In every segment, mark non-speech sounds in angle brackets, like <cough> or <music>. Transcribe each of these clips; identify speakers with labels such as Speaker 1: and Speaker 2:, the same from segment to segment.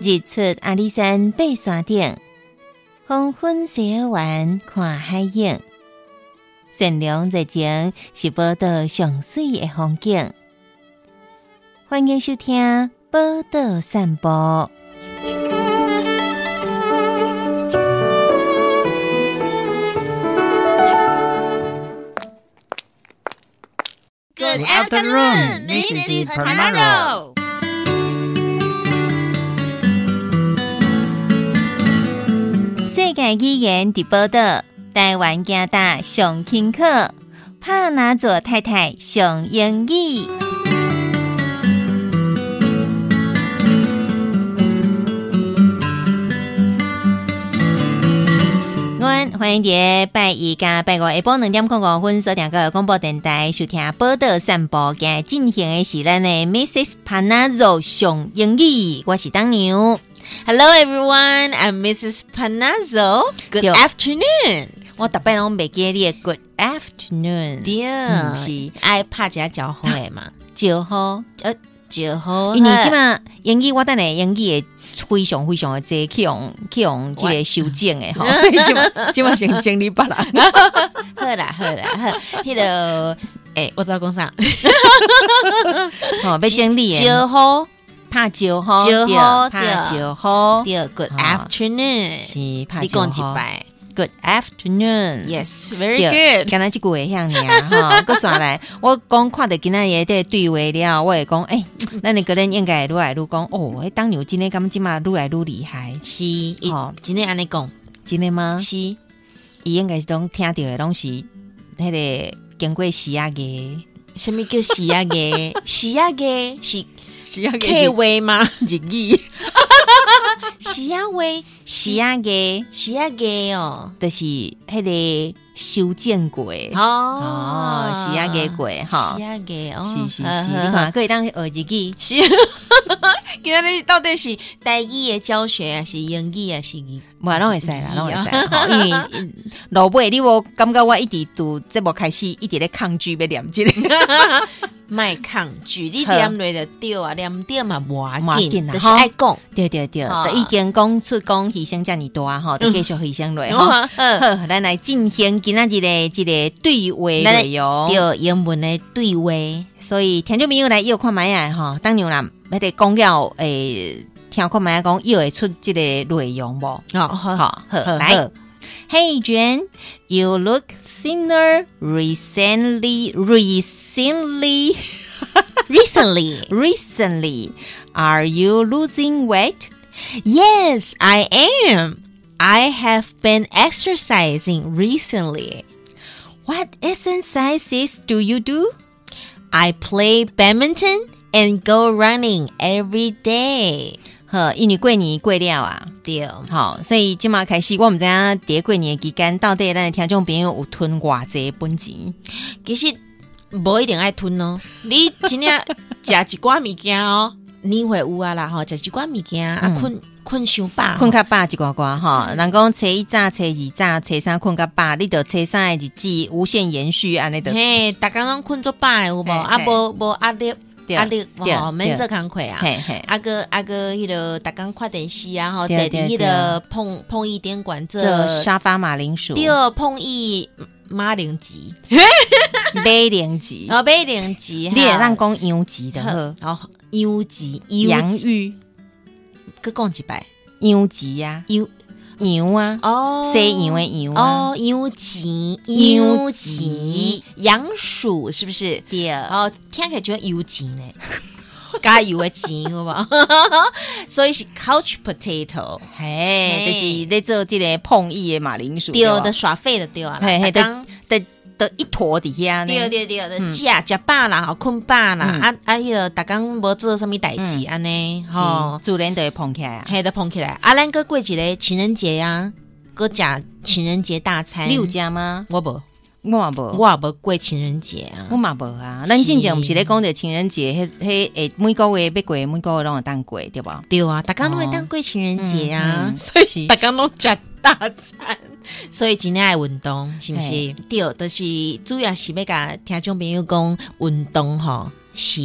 Speaker 1: 日出阿里山爬山顶，黄昏西尔湾看海影。善良热情是报道上水的风景。欢迎收听《报道散步》。
Speaker 2: Good afternoon, Mrs. Tamaro。
Speaker 1: 世界语言直报道，台湾加大上轻课，帕拿佐太太上英语。阮欢迎伫拜一加拜五下晡两点空五分收听个广播电台收听报道散步，今日进行的是咱的 Mrs. Panazzo 上英语，我是当牛。
Speaker 2: Hello everyone, I'm Mrs. Panazzo. Good
Speaker 1: 对
Speaker 2: afternoon.
Speaker 1: 我逐摆拢袂记你的 Good afternoon，
Speaker 2: Dear，
Speaker 1: 嗯是
Speaker 2: Mm, 爱拍一下招呼的 <laughs> 嘛？
Speaker 1: 就好。
Speaker 2: 呃，招呼。
Speaker 1: 因为即嘛英语我等下英语会非常非常的济去用去用即个修正 <laughs> 的吼，所以即嘛即嘛先整理别 <laughs> 人。
Speaker 2: 好啦好啦 <laughs> 好，迄个诶，哎我知道讲啥？
Speaker 1: 吼，要整理的，
Speaker 2: 招呼，
Speaker 1: 拍招呼，
Speaker 2: 招呼
Speaker 1: 对
Speaker 2: 对
Speaker 1: 拍招呼，
Speaker 2: 第二 Good
Speaker 1: 啊
Speaker 2: afternoon。
Speaker 1: 是拍
Speaker 2: 你
Speaker 1: 招
Speaker 2: 讲一
Speaker 1: 呼。
Speaker 2: 摆
Speaker 1: Good afternoon。
Speaker 2: ？Yes, very good.
Speaker 1: 敢若即句会向你啊，
Speaker 2: <laughs>
Speaker 1: 吼，搁刷来，我讲看着今仔日的对话了，我会讲，诶、咱你个人应该会愈来愈讲，哦，迄当牛真诶，感觉嘛愈来愈厉害，
Speaker 2: 是，伊
Speaker 1: 吼
Speaker 2: 哦今天安尼讲，
Speaker 1: 真诶吗？
Speaker 2: 是
Speaker 1: 伊应该是拢听到的拢是迄个经过啊洗牙嘅，
Speaker 2: 什么叫洗
Speaker 1: <laughs>
Speaker 2: 牙个？洗牙个是
Speaker 1: 洗牙
Speaker 2: K 位吗？
Speaker 1: 日语，
Speaker 2: 洗牙位，
Speaker 1: 洗牙嘅
Speaker 2: 洗牙个哦。
Speaker 1: 啊就是迄个修剪过，
Speaker 2: 哦
Speaker 1: 哦哦，洗牙嘅过吼
Speaker 2: 洗，牙个哦，
Speaker 1: 是是是，
Speaker 2: 呵
Speaker 1: 你
Speaker 2: 呵
Speaker 1: 看可以当学日语，
Speaker 2: 是， <laughs> 今仔日到底是台语的教学，还是英语，还是日
Speaker 1: 嘛拢会使啦，
Speaker 2: 日语
Speaker 1: 拢会使啦，吼因为嗯老尾你无感觉我一直拄节目开始一直咧抗拒要念即个，
Speaker 2: 卖抗拒？你
Speaker 1: 好
Speaker 2: 念落就对啊，念点嘛无
Speaker 1: 无
Speaker 2: 要
Speaker 1: 要紧啊
Speaker 2: 紧，
Speaker 1: 啦
Speaker 2: 就是爱讲。
Speaker 1: 对对对，
Speaker 2: 哦
Speaker 1: 就已经讲出讲牺牲遮尔大吼，就继续牺牲落吼。
Speaker 2: 好好
Speaker 1: 好，咱来进行今仔日的即个对话内容。
Speaker 2: 对英文的对话，
Speaker 1: 所以听众朋友来要看买啊吼，当牛啦，迄个讲了诶，听看买讲要会出即个内容无？吼
Speaker 2: 哦，好
Speaker 1: 好，
Speaker 2: 好
Speaker 1: 来
Speaker 2: 好
Speaker 1: ，Hey Jen, you look thinner recently, recently,
Speaker 2: <laughs> Recently,
Speaker 1: recently. Are you losing weight?
Speaker 2: yes, I am. I have been exercising recently.
Speaker 1: What exercises do you do?
Speaker 2: I play badminton and go running every day.
Speaker 1: 呵，因为过年过了啊，
Speaker 2: 对，
Speaker 1: 好，所以即马开始，我毋知影伫过年的期间到底咱的听众朋友有吞偌济本钱。
Speaker 2: 其实无一定爱吞哦。你真正食一寡物件哦， <laughs> 你会有啊啦吼，食一寡物件啊，困困伤饱，
Speaker 1: 困较饱一寡寡吼，人讲初一早、初二早、初三困较饱，你着初三的日子无限延续安尼着
Speaker 2: 嘿，逐工拢困足饱的有无？
Speaker 1: 嘿
Speaker 2: 啊，
Speaker 1: 嘿
Speaker 2: 无无压力，
Speaker 1: 对
Speaker 2: 压力
Speaker 1: 对
Speaker 2: 吼，免
Speaker 1: 对
Speaker 2: 做工课啊。
Speaker 1: 嘿嘿，
Speaker 2: 啊个啊个，迄个逐工看电视啊，吼，坐
Speaker 1: 对
Speaker 2: 伫
Speaker 1: 对
Speaker 2: 迄个碰碰一点馆做
Speaker 1: 这沙发马铃薯，
Speaker 2: 第二碰一马铃薯，
Speaker 1: 马铃薯，
Speaker 2: <laughs> 然后马铃薯，你
Speaker 1: 你也让讲羊薯的好，
Speaker 2: 然后腰子腰
Speaker 1: 洋
Speaker 2: 子，
Speaker 1: 芋、
Speaker 2: 佮讲一摆
Speaker 1: 羊薯啊、
Speaker 2: 腰
Speaker 1: 羊啊、
Speaker 2: 哦
Speaker 1: 西洋的羊啊，
Speaker 2: 哦，羊钱，
Speaker 1: 羊
Speaker 2: 羊
Speaker 1: 钱
Speaker 2: 钱，羊鼠是不是？
Speaker 1: 对，
Speaker 2: 哦，听起来就像油钱呢，加油的钱有无？所以是 couch potato，
Speaker 1: 嘿，
Speaker 2: 嘿
Speaker 1: 就是咧做即个碰意的马铃薯，
Speaker 2: 丢
Speaker 1: 吧
Speaker 2: 的，耍废的丢啊
Speaker 1: 嘿嘿
Speaker 2: 啦，刚
Speaker 1: 的的一坨底下呢，
Speaker 2: 丢丢丢的
Speaker 1: 嗯
Speaker 2: 食食饱啦，吼困饱啦，
Speaker 1: 嗯
Speaker 2: 啊啊，迄个逐工无做什物代志安尼，
Speaker 1: 吼
Speaker 2: 吼，，
Speaker 1: 自然就会碰起来啊。
Speaker 2: 嘿都捧起来。啊，咱哥过一个情人节啊，哥食情人节大餐，
Speaker 1: 你有食吗？
Speaker 2: 我无，
Speaker 1: 我嘛无。
Speaker 2: 嗯
Speaker 1: 啊
Speaker 2: 我也无过情人节啊
Speaker 1: 我。嘛无啊，咱进前毋是咧讲着情人节，迄迄诶每个月要过，每个月拢有当过，对无？哦嗯
Speaker 2: 对啊，大家拢会当过情人节啊，
Speaker 1: 所以
Speaker 2: 大家拢食大餐，所以真正爱运动，是毋是
Speaker 1: 嘿？
Speaker 2: 对，就是主要是要甲听众朋友讲运动吼是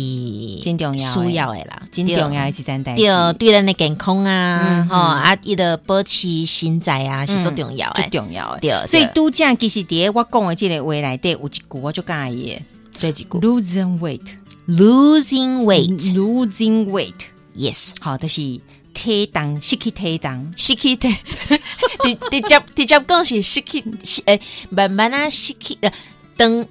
Speaker 1: 真重要的
Speaker 2: 需要的啦，
Speaker 1: 真
Speaker 2: 对
Speaker 1: 重要的一件代志，
Speaker 2: 对，对咱的健康啊
Speaker 1: 嗯，
Speaker 2: 吼、啊，伊的保持身材啊是
Speaker 1: 嗯
Speaker 2: 足重要
Speaker 1: 最
Speaker 2: 诶。
Speaker 1: 重要的。
Speaker 2: 对，
Speaker 1: 所以
Speaker 2: 对
Speaker 1: 拄则其实伫咧我讲的即个话内底有一句我就介意的
Speaker 2: 对一句嗯
Speaker 1: ，losing weight，losing
Speaker 2: losing weight，yes，、
Speaker 1: weight，好，就是体重失去体重，
Speaker 2: 失去 <laughs> 体，直直接直接讲是失去，是诶，慢慢啊失去呃，当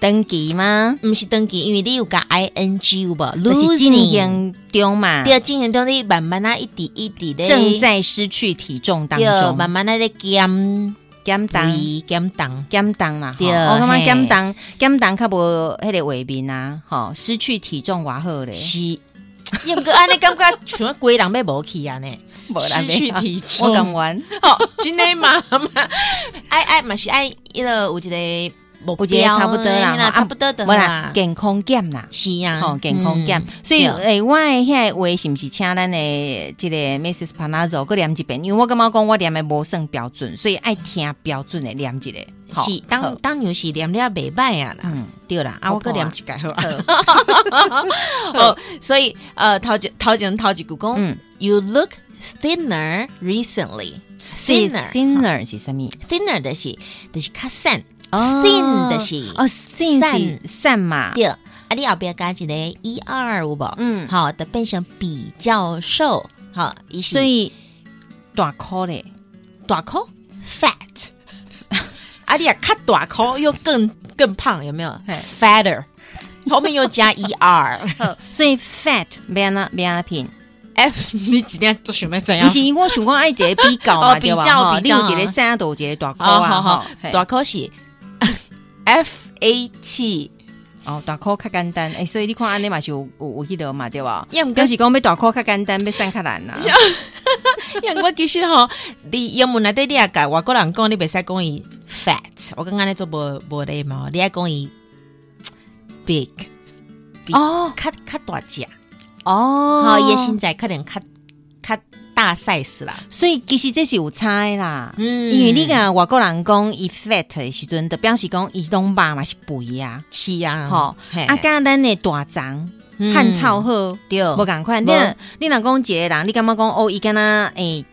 Speaker 1: 登记吗？
Speaker 2: 毋是登记，因为你有甲 ing 有无
Speaker 1: 就是进
Speaker 2: ？losing，
Speaker 1: 行中嘛
Speaker 2: 第，二进行中你慢慢啊一滴一滴的，
Speaker 1: 正在失去体重当
Speaker 2: 对，慢
Speaker 1: 中，
Speaker 2: 慢啊咧减
Speaker 1: 减重。
Speaker 2: 肥减重，
Speaker 1: 减重啦，吼
Speaker 2: 对
Speaker 1: 我感觉
Speaker 2: 嘿
Speaker 1: 减重减重较无迄个画面啊，吼，失去体重偌好咧，
Speaker 2: <laughs> 是，要毋过安尼感觉全规人要无去啊呢。
Speaker 1: <laughs> 无啦
Speaker 2: 失去
Speaker 1: 没啦
Speaker 2: 体
Speaker 1: 我
Speaker 2: 重
Speaker 1: 甘愿。
Speaker 2: <laughs> 哦，真的嘛嘛，爱爱嘛是爱迄落有一个目
Speaker 1: 有一个
Speaker 2: 标，
Speaker 1: 差不多啦
Speaker 2: 嘿
Speaker 1: 啊
Speaker 2: 哎差不多的
Speaker 1: 无啦，健康减啦，
Speaker 2: 是啊，
Speaker 1: 吼、哦健康减
Speaker 2: 嗯，
Speaker 1: 所以
Speaker 2: 对
Speaker 1: 诶、我诶遐个话是毋是请咱诶即个 Mrs. Panazzo 搁念一遍，因为我感觉讲我念诶无算标准，所以爱听标准诶念一个。吼
Speaker 2: 是
Speaker 1: 好
Speaker 2: 当当然是念了袂歹啊啦，
Speaker 1: 嗯，
Speaker 2: 对啦，啊
Speaker 1: 好
Speaker 2: 我搁
Speaker 1: 看
Speaker 2: 念一届好啊，
Speaker 1: 好
Speaker 2: <laughs> 哦，所以呃头前头前头一句讲
Speaker 1: 嗯
Speaker 2: ，You look thinner recently。
Speaker 1: <laughs> 所以
Speaker 2: thinner
Speaker 1: thinner 是啥物？
Speaker 2: thinner 的是就是较瘦
Speaker 1: 哦
Speaker 2: ，thin 的是
Speaker 1: 哦，thin 是散嘛？
Speaker 2: 对，啊你后边加一个一二有无？
Speaker 1: 嗯，
Speaker 2: 好的变成比较瘦，好，伊是
Speaker 1: 所以大颗咧，
Speaker 2: 大口 fat，啊，你啊看大口又更更胖，有没有
Speaker 1: 嘿
Speaker 2: ？fatter，后面又加 <laughs> er
Speaker 1: 好所以 fat 变啊变啊拼，
Speaker 2: f，你今天做什么怎
Speaker 1: 不是我想讲爱一个比较嘛，
Speaker 2: 啊 <laughs> 哦
Speaker 1: 对吧？
Speaker 2: 比较
Speaker 1: 吼
Speaker 2: 比较啊
Speaker 1: 你有一个三，就有一个大颗
Speaker 2: 哦，
Speaker 1: 啊，
Speaker 2: 好好
Speaker 1: 吼，嘿
Speaker 2: 大口是 <laughs> f a t，
Speaker 1: 哦，大考较简单，诶、所以你看安尼嘛是有有有迄落嘛，对吧？
Speaker 2: 要唔
Speaker 1: 表示讲要大考较简单，要散较难啊
Speaker 2: <laughs>
Speaker 1: 呐。
Speaker 2: 因为我其实吼，你英文内底你也甲外国人讲，你袂使讲伊 fat，我感觉你做无无礼貌，你爱讲伊 big，比
Speaker 1: 哦
Speaker 2: 较较大只，
Speaker 1: 哦
Speaker 2: 好，伊的身材可能较较大 size 啦。
Speaker 1: 所以其实这是有差的啦。
Speaker 2: 嗯
Speaker 1: 因为你甲外国人讲伊 fat 的时阵，就表示讲伊拢肉嘛是肥啊，
Speaker 2: 是啊，
Speaker 1: 吼
Speaker 2: 嘿，
Speaker 1: 啊，甲咱的大肠
Speaker 2: 嗯
Speaker 1: 汉草好
Speaker 2: 对，
Speaker 1: 无共款。
Speaker 2: 无
Speaker 1: 你若你若讲一个人，你感觉讲哦，伊敢若诶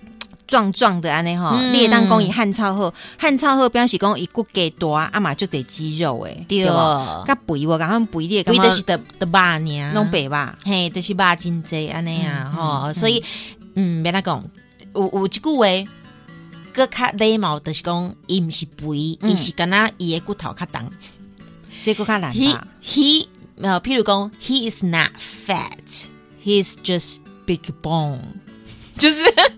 Speaker 1: 壮壮的安尼吼，
Speaker 2: 嗯
Speaker 1: 你会当讲伊汉草好，汉草好表示讲伊骨架大，啊嘛就侪肌肉诶，
Speaker 2: 对，
Speaker 1: 吧甲肥我感觉肥你会感
Speaker 2: 规
Speaker 1: 觉
Speaker 2: 啊的是啊的的肉呢，
Speaker 1: 拢白吧，
Speaker 2: 嘿，就是肉真济安尼啊，
Speaker 1: 嗯
Speaker 2: 吼，
Speaker 1: 嗯
Speaker 2: 所以嗯，免哪讲，有有一句话。个较礼貌，就是讲，伊毋是肥，伊、
Speaker 1: 嗯
Speaker 2: 是敢若伊的骨头较重。
Speaker 1: 这个较难
Speaker 2: He
Speaker 1: 吧？
Speaker 2: he，呃，譬如讲，he is not fat, he's just big bone，就是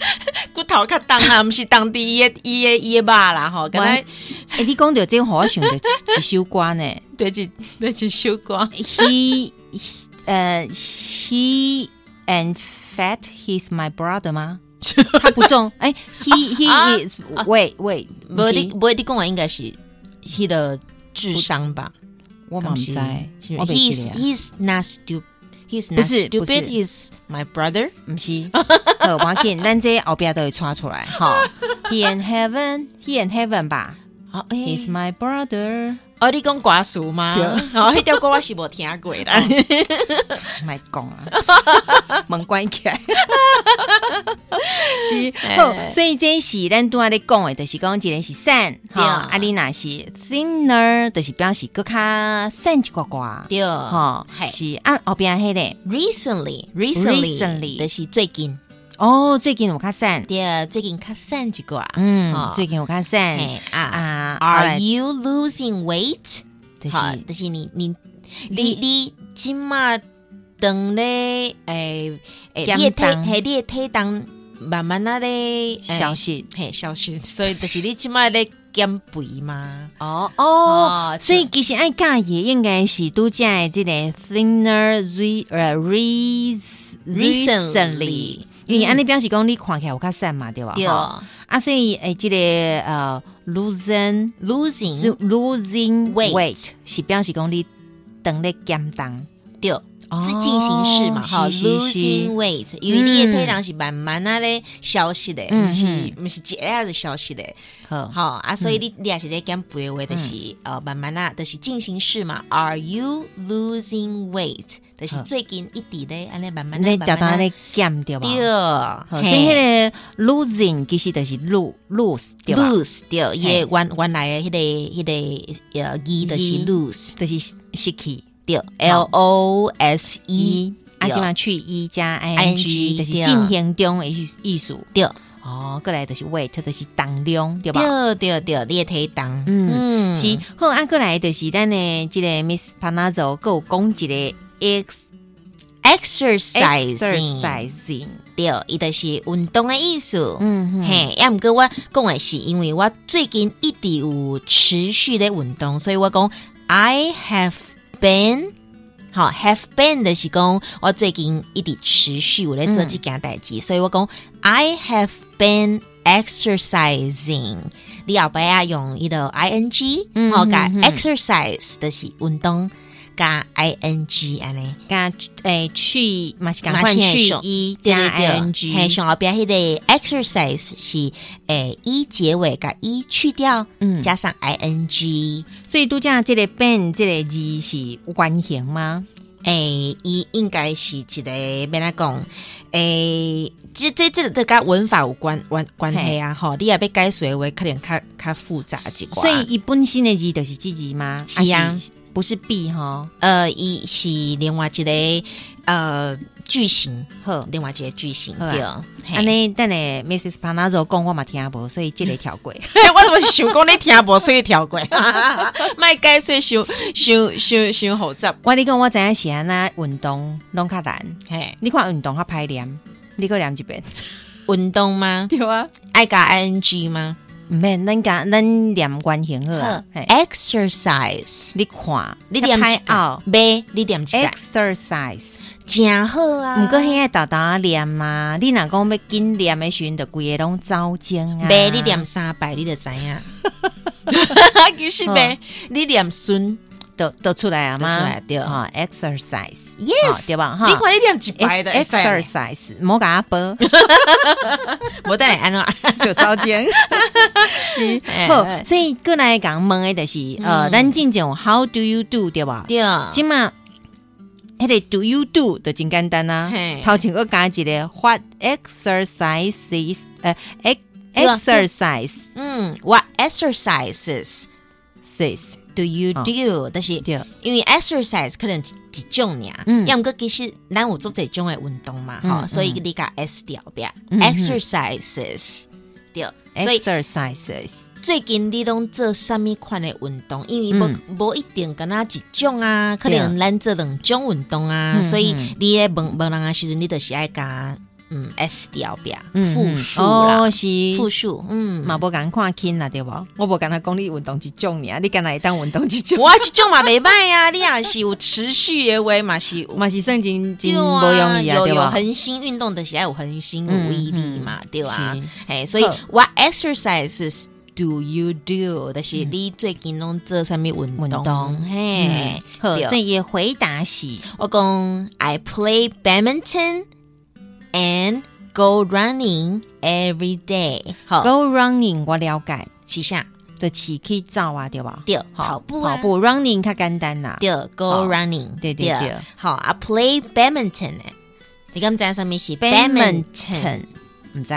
Speaker 2: <laughs> 骨头较重啊，毋 <laughs> 是重伫伊的伊的伊的肉啦，吼，敢若
Speaker 1: 喂 <laughs> 诶，你讲到这个，互我想到一一首歌呢
Speaker 2: <laughs> 对一对一首歌。
Speaker 1: ，He 呃 He and Fat He's my brother
Speaker 2: <laughs>
Speaker 1: 吗？他不中，哎，He
Speaker 2: 啊
Speaker 1: He is wait wait，
Speaker 2: 无
Speaker 1: 不
Speaker 2: 你
Speaker 1: 是
Speaker 2: 无你讲的应该是迄个智商吧？
Speaker 1: 我嘛毋知，
Speaker 2: 是
Speaker 1: 我袂记
Speaker 2: He's
Speaker 1: 得啊
Speaker 2: he's not stupid. He's not
Speaker 1: 不是不是
Speaker 2: stupid. He's my brother.
Speaker 1: 毋是， <laughs> 呃，要紧，咱这后壁都会刷出来
Speaker 2: <laughs>
Speaker 1: 哈。He and Heaven，He and Heaven 吧
Speaker 2: 哦，诶
Speaker 1: ，He's my brother。
Speaker 2: 哦，你讲歌词吗？
Speaker 1: 对
Speaker 2: <laughs> 哦，迄条歌我是无听过啦。
Speaker 1: <laughs>
Speaker 2: <laughs>
Speaker 1: 卖讲啊，门关起来。是，
Speaker 2: 哎
Speaker 1: 好，所以这是咱拄仔咧讲的，就是讲一个是瘦吼，
Speaker 2: 对
Speaker 1: 啊，你若是 thinner，就是表示搁较瘦一寡寡，
Speaker 2: 对，
Speaker 1: 吼，
Speaker 2: 嘿
Speaker 1: 是啊，后边迄个，
Speaker 2: Recently, recently,
Speaker 1: Recently
Speaker 2: 就是最近，
Speaker 1: 哦，最近有较瘦，
Speaker 2: 对，最近较瘦一寡。
Speaker 1: 嗯
Speaker 2: 哦，
Speaker 1: 最近有较瘦
Speaker 2: 嘿啊
Speaker 1: 啊，后
Speaker 2: ，Are
Speaker 1: 来
Speaker 2: you losing weight？
Speaker 1: 就是
Speaker 2: 好，就是你你你你即马当咧诶诶，
Speaker 1: 减
Speaker 2: 你的体
Speaker 1: 重
Speaker 2: 嘿你的体重慢慢啊咧
Speaker 1: 消
Speaker 2: 息
Speaker 1: 息，
Speaker 2: 嘿消失，所以就是你即马咧减肥嘛。
Speaker 1: 哦哦。
Speaker 2: 哦
Speaker 1: 所以其实爱介意应该是拄则的即个 thinner re 呃 re recently，
Speaker 2: Recently
Speaker 1: 因为安尼表示讲你看起来有较瘦嘛，对吧？
Speaker 2: 对
Speaker 1: 吼啊，所以诶，即个呃 losing
Speaker 2: ，losing
Speaker 1: losing
Speaker 2: 嗯 Weight
Speaker 1: weight 是表示讲你等咧减重，
Speaker 2: 对是进行式嘛，
Speaker 1: 哦
Speaker 2: 哈
Speaker 1: 是是是
Speaker 2: ，losing weight，因为你的体重是慢慢啊咧消失的，
Speaker 1: 嗯
Speaker 2: 不是不是一下子消失的，
Speaker 1: 好，
Speaker 2: 好啊，所以你你也是在减肥的话，就是呃慢慢啊，就是进行式嘛，Are you losing weight？就是
Speaker 1: 好
Speaker 2: 最近一直咧，安尼慢慢
Speaker 1: 你在
Speaker 2: 地
Speaker 1: 调
Speaker 2: 慢
Speaker 1: 到
Speaker 2: 嗯慢地
Speaker 1: 咧减对吧？
Speaker 2: 对，
Speaker 1: 好，所
Speaker 2: 嘿
Speaker 1: 以迄个 losing 其实就是 lose lose 对吧？
Speaker 2: lose 对，伊的原原来的迄个迄个呃字就是 lose
Speaker 1: 就是失去
Speaker 2: 对，L O S E
Speaker 1: 一，啊，即
Speaker 2: 对
Speaker 1: 嘛去一加
Speaker 2: ing
Speaker 1: ing 就是进行中的意意思。
Speaker 2: 对
Speaker 1: 哦，过来就是 weight 就是重量对吧？
Speaker 2: 对对对，你也可以当，
Speaker 1: 嗯
Speaker 2: 嗯
Speaker 1: 是好，啊，过来就是咱的即个 Miss Panazzo 还有讲一个 ex
Speaker 2: exercise
Speaker 1: exercising，
Speaker 2: 对，伊就是运动的意思。
Speaker 1: 嗯嘿，
Speaker 2: 嘿，要毋过我讲的是，因为我最近一直有持续的运动，所以我讲 I have been，好 have been 的是讲我最近一直持续有在
Speaker 1: 嗯
Speaker 2: 做这件代志，所以我讲 I have been exercising。你后摆啊用伊个 ing，
Speaker 1: 嗯
Speaker 2: 好加
Speaker 1: 嗯嗯
Speaker 2: exercise 的是运动加 ing 安尼。
Speaker 1: 加诶去嘛是赶
Speaker 2: 嘛
Speaker 1: 快
Speaker 2: 是会
Speaker 1: 去
Speaker 2: 上
Speaker 1: 一
Speaker 2: 对
Speaker 1: 加
Speaker 2: 对对，
Speaker 1: ing，
Speaker 2: 嘿，上后边迄个 exercise 是诶一结尾，甲一去掉，
Speaker 1: 嗯
Speaker 2: 加上 i n g，
Speaker 1: 所以拄则即个 ben 即个字是原型吗？
Speaker 2: 诶，伊应该是一个要来讲，诶，这这这这甲文法有关关关系啊，吼，你也要解说的话，可能较较复杂一寡。
Speaker 1: 所以伊本身的字就是自己吗？
Speaker 2: 是啊
Speaker 1: 不是 B 哈？
Speaker 2: 呃，伊是另外一个呃句型，
Speaker 1: 好，
Speaker 2: 另外一个句型
Speaker 1: 好啊
Speaker 2: 对，
Speaker 1: 安尼等下 Mrs. Panazzo 讲我嘛听无，所以即个跳
Speaker 2: <laughs>
Speaker 1: 过。
Speaker 2: 嘿我怎么想讲你听无，所以跳过， <laughs> 卖解释想想想想复杂。
Speaker 1: 我你讲我知影是安那运动拢较难，
Speaker 2: 嘿，
Speaker 1: 你看运动较歹念，你个念一遍。
Speaker 2: 运动吗？
Speaker 1: 对啊，
Speaker 2: 爱加 ing 吗？
Speaker 1: 毋免咱甲咱念关系好啊。嘿
Speaker 2: ，exercise，
Speaker 1: 你看，
Speaker 2: 你念
Speaker 1: 拍
Speaker 2: 哦
Speaker 1: 拗，
Speaker 2: b 你念一个，
Speaker 1: exercise，
Speaker 2: 真好啊。
Speaker 1: 毋过迄个豆豆念嘛，你若讲要紧念的时阵，就规个拢糟精啊。
Speaker 2: b 你念三百，你就知影。 <laughs> 其实
Speaker 1: 好
Speaker 2: b 你念顺
Speaker 1: 都都出来啊
Speaker 2: 就
Speaker 1: 嘛，
Speaker 2: 出来对
Speaker 1: 哈，exercise，好
Speaker 2: ，yes，
Speaker 1: 对吧？哈
Speaker 2: 你看你念一百的会使呢
Speaker 1: ，exercise，莫甲阿
Speaker 2: <laughs>
Speaker 1: 波，
Speaker 2: 无等下 <laughs> 安怎？
Speaker 1: 就糟
Speaker 2: <laughs>
Speaker 1: 践。是
Speaker 2: 哎
Speaker 1: 好，
Speaker 2: 哎
Speaker 1: 所以过来讲问的就是，呃，
Speaker 2: 嗯
Speaker 1: 咱进前有 how do you do 对吧？
Speaker 2: <laughs> 对，
Speaker 1: 即嘛，迄个 do you do 就真简单啊
Speaker 2: 嘿，
Speaker 1: 头前个加一个 what exercises，呃，ex
Speaker 2: 对啊
Speaker 1: exercises，
Speaker 2: 嗯，what exercises do you
Speaker 1: 哦
Speaker 2: do？但是
Speaker 1: 对，
Speaker 2: 因为 exercise 可能一种尔，
Speaker 1: 嗯
Speaker 2: 要毋过其实咱有做这种的运动嘛，吼、
Speaker 1: 嗯
Speaker 2: 所以你甲 S 调表、
Speaker 1: 嗯
Speaker 2: exercises 对，所以
Speaker 1: exercises，
Speaker 2: 最近你拢做啥物款的运动？因为无
Speaker 1: 嗯
Speaker 2: 无、一定敢若一种啊，可能
Speaker 1: 对
Speaker 2: 咱做两种运动啊，
Speaker 1: 嗯
Speaker 2: 所以
Speaker 1: 嗯
Speaker 2: 你咧问问人啊时阵，你就是爱加嗯 S 调表
Speaker 1: 嗯
Speaker 2: 复数啦。
Speaker 1: 哦是
Speaker 2: 复数，嗯，
Speaker 1: 嘛无共看轻啦，对无？我无共他讲你运动一种尔，你敢若会当运动一种， <laughs>
Speaker 2: 我这种嘛袂歹啊，你也是有持续的话嘛是有
Speaker 1: 嘛是算真真
Speaker 2: 对
Speaker 1: 无
Speaker 2: 啊
Speaker 1: 容易啊，
Speaker 2: 有
Speaker 1: 对
Speaker 2: 有
Speaker 1: 吧？嗯
Speaker 2: 恒心运动的是要有恒心有毅力嘛，对啊
Speaker 1: 是，
Speaker 2: 哎，所以
Speaker 1: 好
Speaker 2: what exercises do you do？就是你最近拢做啥物运
Speaker 1: 嗯运
Speaker 2: 动
Speaker 1: 动？
Speaker 2: 嘿，
Speaker 1: 嗯好，
Speaker 2: 对
Speaker 1: 所以伊的回答是
Speaker 2: 我讲 I play badminton and go running every day。好，
Speaker 1: go running，我了解，
Speaker 2: 是啥？
Speaker 1: 就起去走啊，对吧？
Speaker 2: 对，跑步啊
Speaker 1: 跑，步 running 较简单啦，
Speaker 2: 对，go
Speaker 1: 好
Speaker 2: running，
Speaker 1: 对对对，
Speaker 2: 好，I play badminton 呢。你敢知影啥物是 badminton？
Speaker 1: badminton，毋知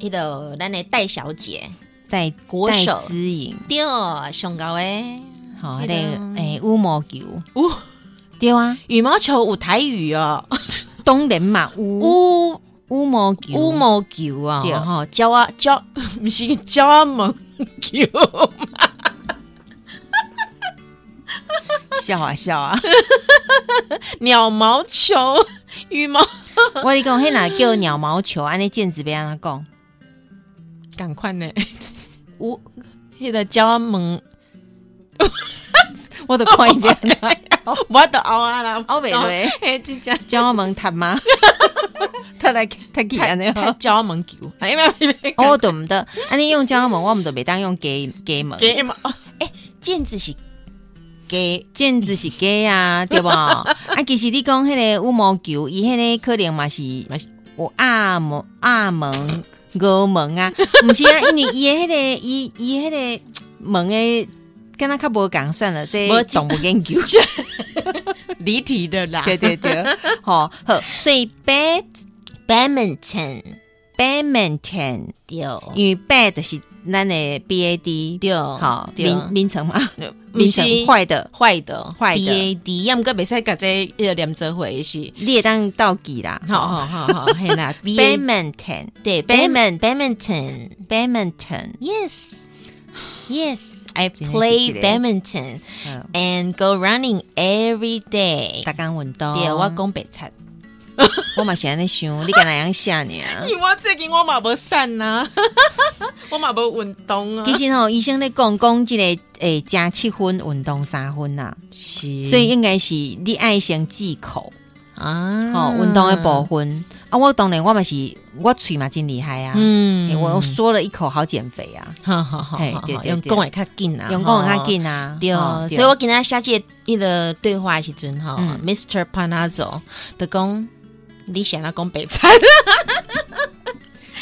Speaker 2: 迄个咱的戴小姐。
Speaker 1: 在
Speaker 2: 国手
Speaker 1: 姿颖，
Speaker 2: 对，上高诶，
Speaker 1: 好，
Speaker 2: 那
Speaker 1: 迄
Speaker 2: 个
Speaker 1: 个诶羽毛球，
Speaker 2: 哦，
Speaker 1: 对啊，
Speaker 2: 羽毛球有台语哦，
Speaker 1: 当然嘛，羽
Speaker 2: <laughs> 乌
Speaker 1: 羽毛球，
Speaker 2: 乌毛球啊，
Speaker 1: 对
Speaker 2: <laughs> 吼，鸟啊鸟，毋是鸟啊毛球，
Speaker 1: <laughs>
Speaker 2: <laughs>
Speaker 1: 笑啊笑啊，
Speaker 2: 鸟毛球， <laughs> 羽毛，
Speaker 1: <laughs> 我跟你讲，迄若叫鸟毛球，安尼毽子要安怎讲？
Speaker 2: 赶快呢， <laughs> 乌，迄个鸟啊毛， <laughs>
Speaker 1: 我都看一遍，
Speaker 2: 我都熬啊啦，
Speaker 1: 我袂落，
Speaker 2: <laughs> 嘿，真正
Speaker 1: 鸟我们踢 <laughs> 吗？踢来踢去安尼
Speaker 2: 太
Speaker 1: 哦，
Speaker 2: 鸟啊毛球， <laughs> 哎呀，
Speaker 1: 我都毋得，安尼用鸟门，我毋得袂当用鸡鸡门。
Speaker 2: <laughs> 给嘛，哦哎，毽子是给 <laughs>
Speaker 1: 毽子是鸡啊，对无？啊，啊，其实你讲迄个羽毛球，伊迄个可能嘛是
Speaker 2: 嘛是
Speaker 1: 有阿蒙阿蒙鹅蒙啊， <laughs> 毋是啊，因为伊的迄、个伊伊迄个蒙的，敢若较无共算了，这
Speaker 2: 无
Speaker 1: 动物研究。
Speaker 2: 离题的啦
Speaker 1: 对对
Speaker 2: <laughs>
Speaker 1: 对，吼好，所以 bad
Speaker 2: ，badminton
Speaker 1: badminton，
Speaker 2: <laughs> 丢
Speaker 1: 因为 bad 就是咱的 b a d，
Speaker 2: 丢
Speaker 1: 好
Speaker 2: 丢
Speaker 1: 名名称嘛，
Speaker 2: 不
Speaker 1: 名
Speaker 2: 是
Speaker 1: 称坏的，
Speaker 2: 坏的
Speaker 1: 坏的
Speaker 2: b a d，要么个袂使甲这迄个连做回是，
Speaker 1: 你会当倒记啦。
Speaker 2: 好好好好，嘿啦 b a
Speaker 1: badminton
Speaker 2: 对
Speaker 1: badmin-
Speaker 2: badminton。
Speaker 1: badminton，
Speaker 2: Yes. Yes, I
Speaker 1: 真的是
Speaker 2: play
Speaker 1: 这个
Speaker 2: badminton and go running every day.
Speaker 1: 大刚运动，
Speaker 2: 对，我讲白贼，
Speaker 1: 我嘛是安尼想，你敢若样
Speaker 2: <laughs>
Speaker 1: 写呢？
Speaker 2: 因为我最近我嘛无散呐，我嘛无运动
Speaker 1: 其实吼，医生咧讲讲即个诶，加七分运动三分啦，
Speaker 2: 是，
Speaker 1: 所以应该是你爱先忌口，
Speaker 2: 啊，
Speaker 1: 吼，运动的部，分啊，我当然我嘛是我喙嘛真厉害啊，欸
Speaker 2: 嗯，
Speaker 1: 我说了一口好减肥啊，
Speaker 2: 好好好
Speaker 1: 嘿
Speaker 2: 好，
Speaker 1: 对
Speaker 2: 好
Speaker 1: 对
Speaker 2: 用
Speaker 1: 对
Speaker 2: 讲会较紧啊，
Speaker 1: 用讲较
Speaker 2: 吼。
Speaker 1: 紧啊，
Speaker 2: 对
Speaker 1: 哦，
Speaker 2: 所以我跟他下届一个对话的时阵哈
Speaker 1: 嗯
Speaker 2: ，Mr. Panazzo 的讲，你想要讲白菜。
Speaker 1: <laughs>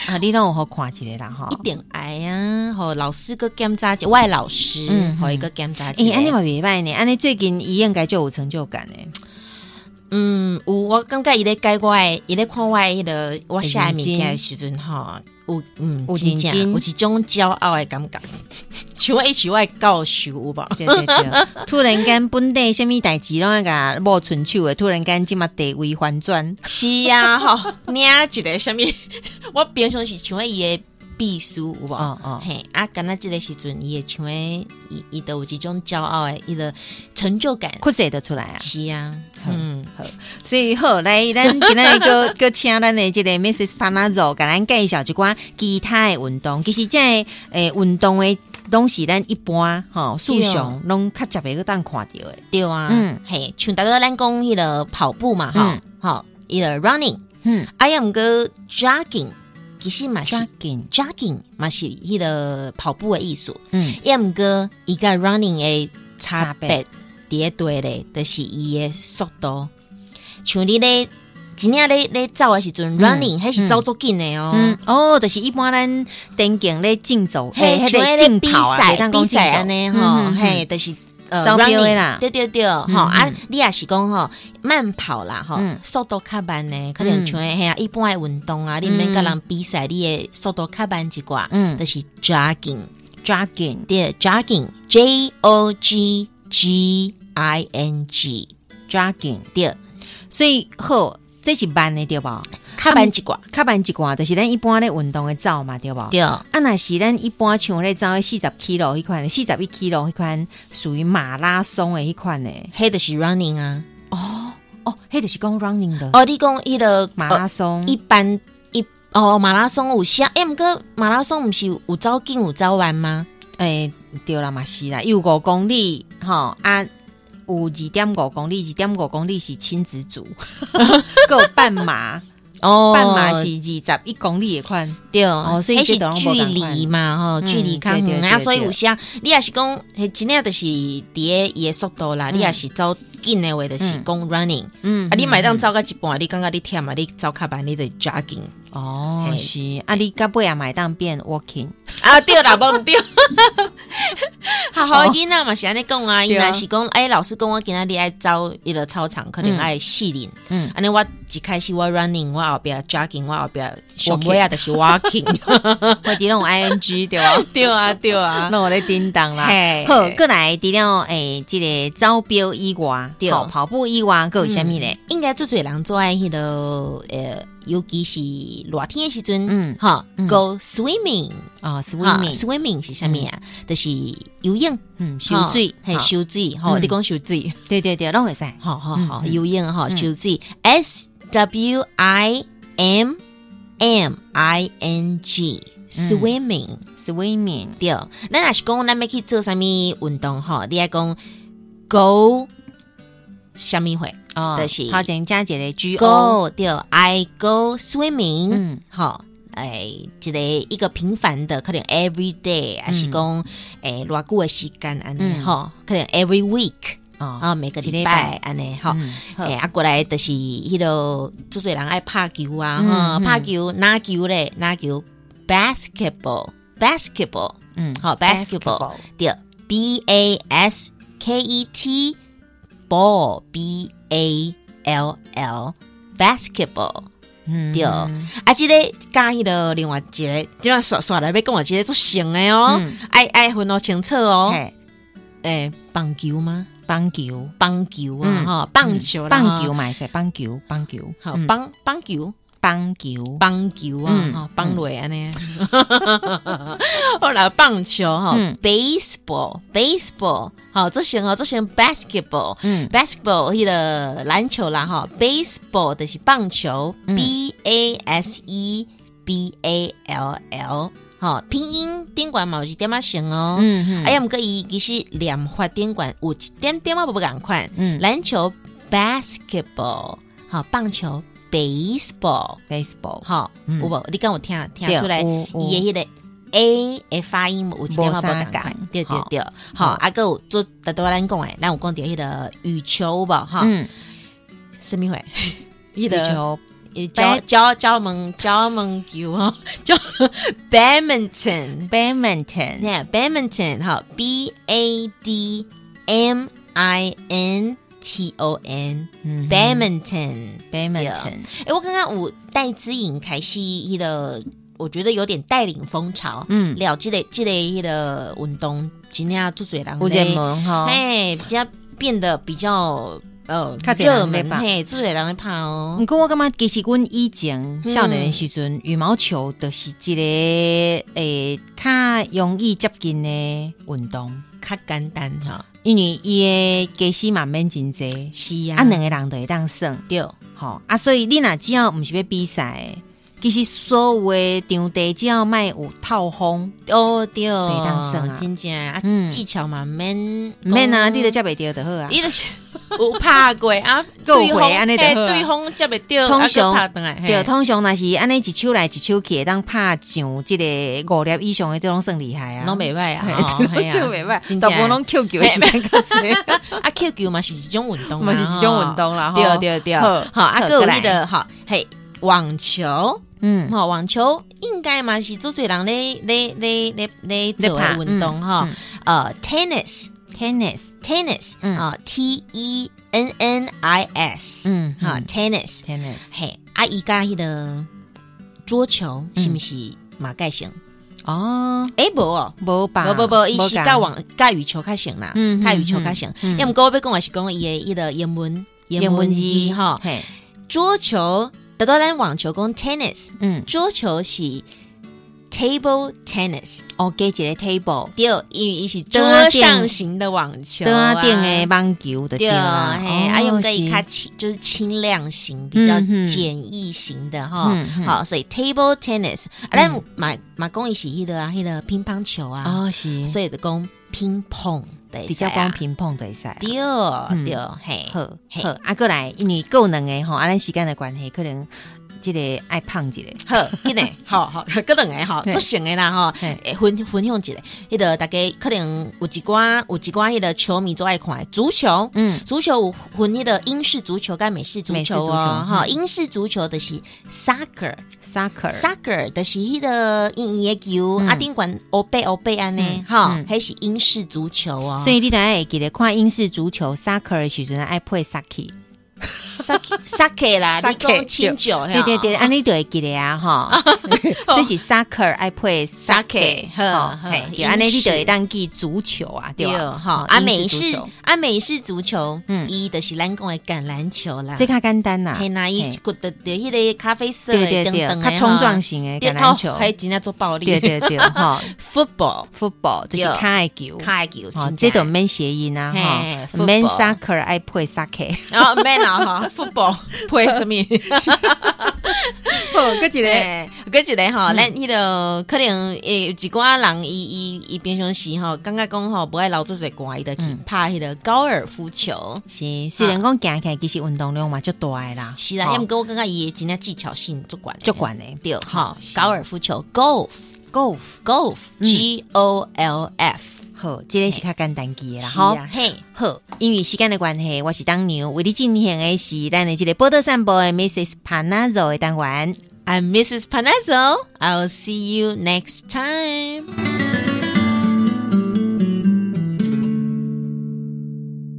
Speaker 1: 啊，你让我好看一下啦吼
Speaker 2: 一，定爱啊！吼，老师个检查者，我的老师，
Speaker 1: 嗯
Speaker 2: 吼一个检查者
Speaker 1: 诶，，安尼嘛袂歹呢，安尼最近伊应该就有成就感诶，
Speaker 2: <laughs> 嗯，有我感觉伊咧改我的，伊咧看我迄个我写的物件
Speaker 1: 认真
Speaker 2: 的时阵吼，有嗯，
Speaker 1: 有
Speaker 2: 真
Speaker 1: 认真
Speaker 2: 正有一种骄傲的感觉， <laughs> 像我一起我的教授有无？
Speaker 1: 对对对，突然间本地什物代志拢甲无顺手诶，突然间即嘛地位反转，
Speaker 2: 是啊，吼， <laughs> 领一个什物？ <laughs> 我平常是像伊的秘书有无？
Speaker 1: 哦哦
Speaker 2: 嘿，啊，敢若即个时阵，伊会像诶，伊伊都有一种骄傲的伊个成就感。
Speaker 1: 酷势得出来啊。
Speaker 2: 是啊，
Speaker 1: 好
Speaker 2: 嗯。
Speaker 1: 所以好，来，咱今仔
Speaker 2: <laughs>
Speaker 1: 个个请咱的这个 Mrs. Panazzo 给咱介绍一寡其他的运动，其实这个诶运动的拢是咱一般吼，素
Speaker 2: 哦
Speaker 1: 常拢较特别个当看到的。
Speaker 2: 对啊，
Speaker 1: 嗯
Speaker 2: 嗯，嘿，像大多咱讲迄个跑步嘛，哈、吼，迄个 running，
Speaker 1: 嗯，
Speaker 2: 啊，要毋过 jogging，其实嘛
Speaker 1: 抓
Speaker 2: 是
Speaker 1: 紧，
Speaker 2: jogging 嘛是迄个跑步的意思，
Speaker 1: 嗯，
Speaker 2: 要毋过伊甲 running 的差
Speaker 1: 差
Speaker 2: 别伫咧对咧，就是伊的速度，像你咧。真正咧咧走的时阵，running 还是走足紧的哦。
Speaker 1: 嗯，哦，就是一般咱电竞咧竞走，
Speaker 2: 嘿，
Speaker 1: 迄
Speaker 2: 像
Speaker 1: 个
Speaker 2: 迄个
Speaker 1: 竞
Speaker 2: 比
Speaker 1: 跑啊，
Speaker 2: 赛
Speaker 1: 可以当
Speaker 2: 比
Speaker 1: 讲
Speaker 2: 赛
Speaker 1: 竞走
Speaker 2: 安尼
Speaker 1: 嗯
Speaker 2: 吼
Speaker 1: 嗯，
Speaker 2: 嘿，就是呃
Speaker 1: 招标的
Speaker 2: running，
Speaker 1: 啦
Speaker 2: 对对对，
Speaker 1: 嗯
Speaker 2: 吼啊
Speaker 1: 嗯，
Speaker 2: 你也是讲吼慢跑啦，吼
Speaker 1: 嗯
Speaker 2: 速度较慢呢，可能像嘿啊一般的运动啊，你免甲人比赛，你的速度较慢一寡，
Speaker 1: 嗯
Speaker 2: 就是 jogging，
Speaker 1: 抓紧，
Speaker 2: 对 jogging，J O G G I N G，
Speaker 1: 抓紧，
Speaker 2: 对，
Speaker 1: 所以好，这是慢的对吧？
Speaker 2: 较慢一寡，
Speaker 1: 较慢一寡，就是咱一般咧运动的走嘛，对吧？
Speaker 2: 对，
Speaker 1: 啊，若是咱一般像咧走的四十 kilo 迄款，四十一 kilo 迄款属于马拉松的迄款呢。
Speaker 2: 嘿，就是 running 啊，
Speaker 1: 哦哦，迄就是讲 running 的、
Speaker 2: 哦，你讲伊个呃
Speaker 1: 马拉松。
Speaker 2: 一般一哦，马拉松有啥？哎，毋过马拉松毋是有走紧有走弯吗？
Speaker 1: 诶、哎对啦嘛是啦，伊有五公里吼啊，有二点五公里，二点五公里是亲子组， <laughs> 还有半 <laughs> 马，
Speaker 2: 哦
Speaker 1: 半马是二十一公里的款。
Speaker 2: 对，
Speaker 1: 哦所以
Speaker 2: 那是
Speaker 1: 这都拢
Speaker 2: 距
Speaker 1: 无同款
Speaker 2: 离嘛，吼，
Speaker 1: 嗯
Speaker 2: 距离较
Speaker 1: 对对
Speaker 2: 远
Speaker 1: 对
Speaker 2: 啊，
Speaker 1: 对
Speaker 2: 所以有啥？你也是讲，迄真正就是伫诶伊诶速度啦，你也是走紧诶话，就是
Speaker 1: 嗯
Speaker 2: 讲 running，
Speaker 1: 嗯
Speaker 2: 啊，你买当走到一半，你感觉你忝啊，你走较慢，你就
Speaker 1: <laughs>
Speaker 2: jogging
Speaker 1: 哦
Speaker 2: 嘿
Speaker 1: 是啊，你到尾也买当变 walking。
Speaker 2: 啊，对啦，无毋对， <laughs> 好 <laughs> 好
Speaker 1: 哦
Speaker 2: 的囡仔嘛是安尼讲啊，伊
Speaker 1: 对啊
Speaker 2: 若是讲，哎，老师讲我今仔日爱走迄个操场，可能
Speaker 1: 嗯
Speaker 2: 爱四零。
Speaker 1: 嗯，
Speaker 2: 安尼我一开始我 running，我后壁 jogging，我后壁上尾啊，就是
Speaker 1: <laughs>
Speaker 2: walking。
Speaker 1: 我伫弄 <laughs> ing 对吧？
Speaker 2: 对啊，对啊，
Speaker 1: 那我咧叮当啦。
Speaker 2: 嘿嗯
Speaker 1: 好，过来除了诶，即个招标以外，
Speaker 2: 对
Speaker 1: 好跑步以外，还有虾米咧？
Speaker 2: 应该最侪人做爱迄个呃，尤其是热天的时阵，
Speaker 1: 嗯
Speaker 2: 嗯，哈
Speaker 1: 嗯
Speaker 2: ，go swimming，
Speaker 1: 哦 s w i
Speaker 2: 哈
Speaker 1: m m i n g
Speaker 2: ，swimming 是啥物啊？就是游泳，
Speaker 1: 嗯，
Speaker 2: 哈
Speaker 1: 修水，
Speaker 2: 嘿，
Speaker 1: 好
Speaker 2: 修水，吼，
Speaker 1: 嗯
Speaker 2: 你讲修水，
Speaker 1: 对对对，拢会使。
Speaker 2: 好好
Speaker 1: 嗯
Speaker 2: 好，
Speaker 1: 嗯
Speaker 2: 游泳哈，
Speaker 1: 嗯
Speaker 2: 修水，S W I M M I N
Speaker 1: 嗯
Speaker 2: G，swimming。
Speaker 1: Swimming，
Speaker 2: 对，咱若是讲咱要去做啥物运动吼，你爱讲 go 啥物会
Speaker 1: 哦
Speaker 2: 就是
Speaker 1: 头前加一个 G O，
Speaker 2: go 对，I go swimming
Speaker 1: 嗯
Speaker 2: 吼、哎，一个一个平凡的，可能 every day，还是讲哎偌久的时间安尼
Speaker 1: 嗯
Speaker 2: 吼，可能 every week，
Speaker 1: 哦
Speaker 2: 啊，每个
Speaker 1: 一
Speaker 2: 礼
Speaker 1: 礼拜
Speaker 2: 拜安尼吼。
Speaker 1: 嗯好
Speaker 2: 诶，啊，过来就是迄落，做侪人爱拍球啊，
Speaker 1: 嗯
Speaker 2: 哈、
Speaker 1: 嗯
Speaker 2: 拍球、篮球咧，篮球，basketball，basketball，
Speaker 1: 嗯，
Speaker 2: 好，basketball，对，b a s k e t ball，b a l l，basketball，
Speaker 1: 嗯
Speaker 2: 对啊，即、个加迄落另外一个，即个刷刷来要讲我即个做成诶哦
Speaker 1: 嗯，
Speaker 2: 爱爱分哦清楚哦，
Speaker 1: 嘿
Speaker 2: 诶，棒球吗？
Speaker 1: 棒球，
Speaker 2: 棒球啊，
Speaker 1: 嗯
Speaker 2: 哈、棒球啦，
Speaker 1: 棒
Speaker 2: 哈
Speaker 1: 球，嘛会使棒球，棒球，
Speaker 2: 好，
Speaker 1: 嗯
Speaker 2: 棒棒球。
Speaker 1: 棒球，
Speaker 2: 棒球啊，
Speaker 1: 嗯
Speaker 2: 哈棒垒安尼， <laughs> 好啦，棒球哈
Speaker 1: 嗯
Speaker 2: ，baseball，baseball，好，这些哦，这些 basketball。
Speaker 1: 嗯
Speaker 2: basketball 迄个篮球啦哈，baseball 就是棒球、
Speaker 1: 嗯
Speaker 2: b a s e b a l l，好拼音顶管嘛有一点仔像哦，
Speaker 1: 嗯
Speaker 2: 哎呀，，毋过伊其实念法顶管有一点点仔不共款，
Speaker 1: 嗯
Speaker 2: 篮球 basketball，好棒球 baseball，
Speaker 1: ，baseball，
Speaker 2: 好，
Speaker 1: 嗯
Speaker 2: 有无？你跟我听听
Speaker 1: 对
Speaker 2: 出来，
Speaker 1: 有有
Speaker 2: 伊的迄个 A 的发音有一点仔
Speaker 1: 无相
Speaker 2: 无共款
Speaker 1: 共
Speaker 2: 对对
Speaker 1: 好
Speaker 2: 对，好，啊个有做大多咱讲诶，咱有讲着迄个羽球无哈，
Speaker 1: 嗯，
Speaker 2: 什么会？ <laughs> 迄
Speaker 1: 羽
Speaker 2: 个
Speaker 1: 球
Speaker 2: 羽球交交门交门球哈，叫 <laughs> badminton，
Speaker 1: ，badminton，
Speaker 2: 那 badminton 哈，B A D M I N T O N
Speaker 1: 嗯
Speaker 2: badminton。
Speaker 1: ，badminton，
Speaker 2: 哎，我刚刚有戴资颖开始迄个，我觉得有点带领风潮。
Speaker 1: 嗯，
Speaker 2: 了，这个这个迄个运动，真正做侪人
Speaker 1: 有
Speaker 2: 咧
Speaker 1: 热，门吼，
Speaker 2: 嘿，比较变得比较呃
Speaker 1: 较侪人
Speaker 2: 热
Speaker 1: 咧
Speaker 2: 门，
Speaker 1: 拍嗯
Speaker 2: 嘿，做侪人咧拍哦
Speaker 1: 毋。过我感觉其实阮以前
Speaker 2: 嗯
Speaker 1: 少年的时阵，羽毛球就是一个诶、较容易接近的运动，
Speaker 2: 较简单哈，
Speaker 1: 因为伊的技师嘛免真济，
Speaker 2: 是啊，
Speaker 1: 啊两个人就会当算
Speaker 2: 对，
Speaker 1: 吼啊，所以你若只要毋是要比赛，其实所有的场地只要卖有透风，
Speaker 2: 哦对，
Speaker 1: 当算啊
Speaker 2: 真正啊，
Speaker 1: 嗯
Speaker 2: 技巧嘛免
Speaker 1: 毋免啊，
Speaker 2: 讲
Speaker 1: 你就接袂着就好啊。
Speaker 2: <laughs> 你就是有拍过啊，
Speaker 1: <laughs> 够
Speaker 2: 对
Speaker 1: 回
Speaker 2: 方
Speaker 1: 安尼就
Speaker 2: 嘿
Speaker 1: 好啊
Speaker 2: 对方接袂掉，
Speaker 1: 通
Speaker 2: 啊再
Speaker 1: 常
Speaker 2: 拍回来嘿
Speaker 1: 对，通常若是安尼一手来一手去，会当拍上即个五粒以上的这种算厉害啊，
Speaker 2: 拢袂歹啊，
Speaker 1: 嘿， <laughs>
Speaker 2: 哦嘿啊
Speaker 1: 这个袂歹，
Speaker 2: 真
Speaker 1: 大
Speaker 2: 正
Speaker 1: 部分拢 QQ 的时间较
Speaker 2: <laughs>
Speaker 1: 济。
Speaker 2: 啊，Q 球嘛是一种运动，
Speaker 1: <laughs>
Speaker 2: 啊
Speaker 1: 嘛是一种运。动啊啦，吼
Speaker 2: 对，对对，
Speaker 1: 好
Speaker 2: 好，啊，
Speaker 1: 好
Speaker 2: 个有
Speaker 1: 再来
Speaker 2: 迄个好，嘿，网球，
Speaker 1: 嗯，
Speaker 2: 吼，网球应该嘛是做侪人咧咧咧咧咧
Speaker 1: 在
Speaker 2: 做的
Speaker 1: 拍
Speaker 2: 运动吼
Speaker 1: 嗯，
Speaker 2: 呃，tennis，tennis
Speaker 1: ，tennis，嗯
Speaker 2: 啊，T E N N I S，
Speaker 1: 嗯，
Speaker 2: 哈
Speaker 1: 哈
Speaker 2: ，tennis，
Speaker 1: ，tennis，
Speaker 2: 嘿，啊，伊甲迄个桌球
Speaker 1: 嗯
Speaker 2: 是毋是嘛改型？
Speaker 1: 哦，
Speaker 2: 诶，无哦。
Speaker 1: 无吧，
Speaker 2: 无无无，伊是
Speaker 1: 同
Speaker 2: 甲，网甲羽球较像啦，
Speaker 1: 嗯
Speaker 2: 甲羽球较像。
Speaker 1: 嗯嗯
Speaker 2: 要毋过我要讲的是讲伊诶伊个英文英
Speaker 1: 英文
Speaker 2: 文
Speaker 1: 字
Speaker 2: 字吼，
Speaker 1: 嘿，
Speaker 2: 桌球，得到咱网球讲 tennis，
Speaker 1: 嗯，
Speaker 2: 桌球是 table tennis，
Speaker 1: 哦，加一个 table，
Speaker 2: 对，因为伊是
Speaker 1: 桌啊
Speaker 2: 桌
Speaker 1: 顶
Speaker 2: 上型的网球
Speaker 1: 桌
Speaker 2: 啊，
Speaker 1: 啊顶的网球的
Speaker 2: 对，
Speaker 1: 对
Speaker 2: 嘿，
Speaker 1: 啦，哦
Speaker 2: 啊，用个
Speaker 1: 是
Speaker 2: 伊较轻，就是轻量型，比较
Speaker 1: 嗯嗯
Speaker 2: 简易型的哈
Speaker 1: 嗯嗯。
Speaker 2: 好，所以 table tennis，啊，咱马马讲伊是迄个啊，迄个乒乓球啊，
Speaker 1: 哦是，
Speaker 2: 所以就讲乒乓，
Speaker 1: 比较光，乒乓嗯对赛。
Speaker 2: 啊对对，嘿，
Speaker 1: 啊好，
Speaker 2: 嘿
Speaker 1: 好，啊，过来，因为够两个吼，啊，咱时间的关系，可能即个爱胖一个，
Speaker 2: 好，
Speaker 1: <laughs>
Speaker 2: 今日好 <laughs> 好，各两个好，
Speaker 1: 嘿
Speaker 2: 做成的啦吼，
Speaker 1: 嘿
Speaker 2: 诶，分分享一下，迄个大家可能有一寡有一寡迄个球迷最爱看的足球，
Speaker 1: 嗯，
Speaker 2: 足球有分迄个英式足球跟美式足
Speaker 1: 美式
Speaker 2: 球
Speaker 1: 足球
Speaker 2: 哦，
Speaker 1: 嗯
Speaker 2: 哈，英式足球的是 soccer，soccer
Speaker 1: 沙克，
Speaker 2: 的是迄个圆圆的球，
Speaker 1: 嗯
Speaker 2: 啊，顶管欧贝欧贝安呢
Speaker 1: 嗯，
Speaker 2: 哈
Speaker 1: 嗯，
Speaker 2: 还是英式足球哦，
Speaker 1: 所以你等下会记得看英式足球沙克的时阵爱配沙克。
Speaker 2: <laughs> sake sake 啦，你
Speaker 1: sake，
Speaker 2: 讲清酒，
Speaker 1: 对对对，安尼就会记得啊
Speaker 2: <laughs>
Speaker 1: 吼，这是沙克爱配沙克
Speaker 2: sake，，呵
Speaker 1: 吼
Speaker 2: 呵
Speaker 1: 嘿对
Speaker 2: 英
Speaker 1: 安尼你就会
Speaker 2: 式
Speaker 1: 当记足球啊，对
Speaker 2: 对
Speaker 1: 吧？
Speaker 2: 哈
Speaker 1: 哦，
Speaker 2: 啊
Speaker 1: 英
Speaker 2: 美
Speaker 1: 足
Speaker 2: 式
Speaker 1: 球
Speaker 2: 啊美式足球，
Speaker 1: 嗯
Speaker 2: 伊就是咱讲的橄榄球啦
Speaker 1: 这，较简单啦，
Speaker 2: 嘿那伊
Speaker 1: 啊嘿
Speaker 2: 骨的的迄个咖啡色的哦
Speaker 1: 对对
Speaker 2: 等
Speaker 1: 对，
Speaker 2: 等
Speaker 1: 较冲撞型的橄榄球，
Speaker 2: 还真正做暴力，
Speaker 1: 对对
Speaker 2: <laughs>
Speaker 1: 对吼
Speaker 2: football
Speaker 1: ，football 就是
Speaker 2: 对
Speaker 1: 卡爱球。
Speaker 2: 开球，
Speaker 1: 哦
Speaker 2: 真，
Speaker 1: 这
Speaker 2: 正
Speaker 1: 都免谐音啊，
Speaker 2: 嘿
Speaker 1: 哈，免
Speaker 2: football
Speaker 1: 沙克爱配沙克。
Speaker 2: <laughs> 然后
Speaker 1: <laughs>
Speaker 2: man 啊哈，football 配什么？
Speaker 1: 好，个一
Speaker 2: 对，哦个一个吼，
Speaker 1: 嗯
Speaker 2: 咱迄个可能诶，有一寡人伊伊伊平常时吼，感觉讲吼不爱留做水歌，伊就去
Speaker 1: 嗯
Speaker 2: 拍迄个高尔夫球。
Speaker 1: <laughs> 是，虽然讲行起来其实运动量嘛就大的啦，
Speaker 2: 是啦，要毋过我感觉伊的真正技巧性足悬的
Speaker 1: 就哦管嘞
Speaker 2: 对哈，高尔夫球 golf
Speaker 1: ，golf，
Speaker 2: golf
Speaker 1: 嗯
Speaker 2: G O L F
Speaker 1: 好，这个是较简单记的啦
Speaker 2: 是
Speaker 1: 吼。
Speaker 2: 啊，嘿，
Speaker 1: 好，因为时间的关系，我是当牛，为你进行的是咱的这个波多散步的 Mrs. Panazzo 的单元。
Speaker 2: I'm Mrs. Panazzo. I'll see you next time.
Speaker 3: Podcast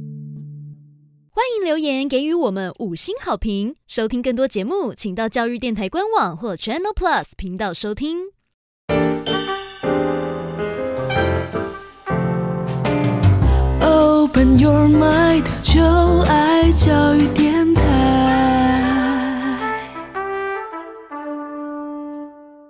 Speaker 3: 欢迎留言给予我们五星好评。收听更多节目，请到教育电台官网或 Channel Plus 频道收听。
Speaker 4: Open your mind，就爱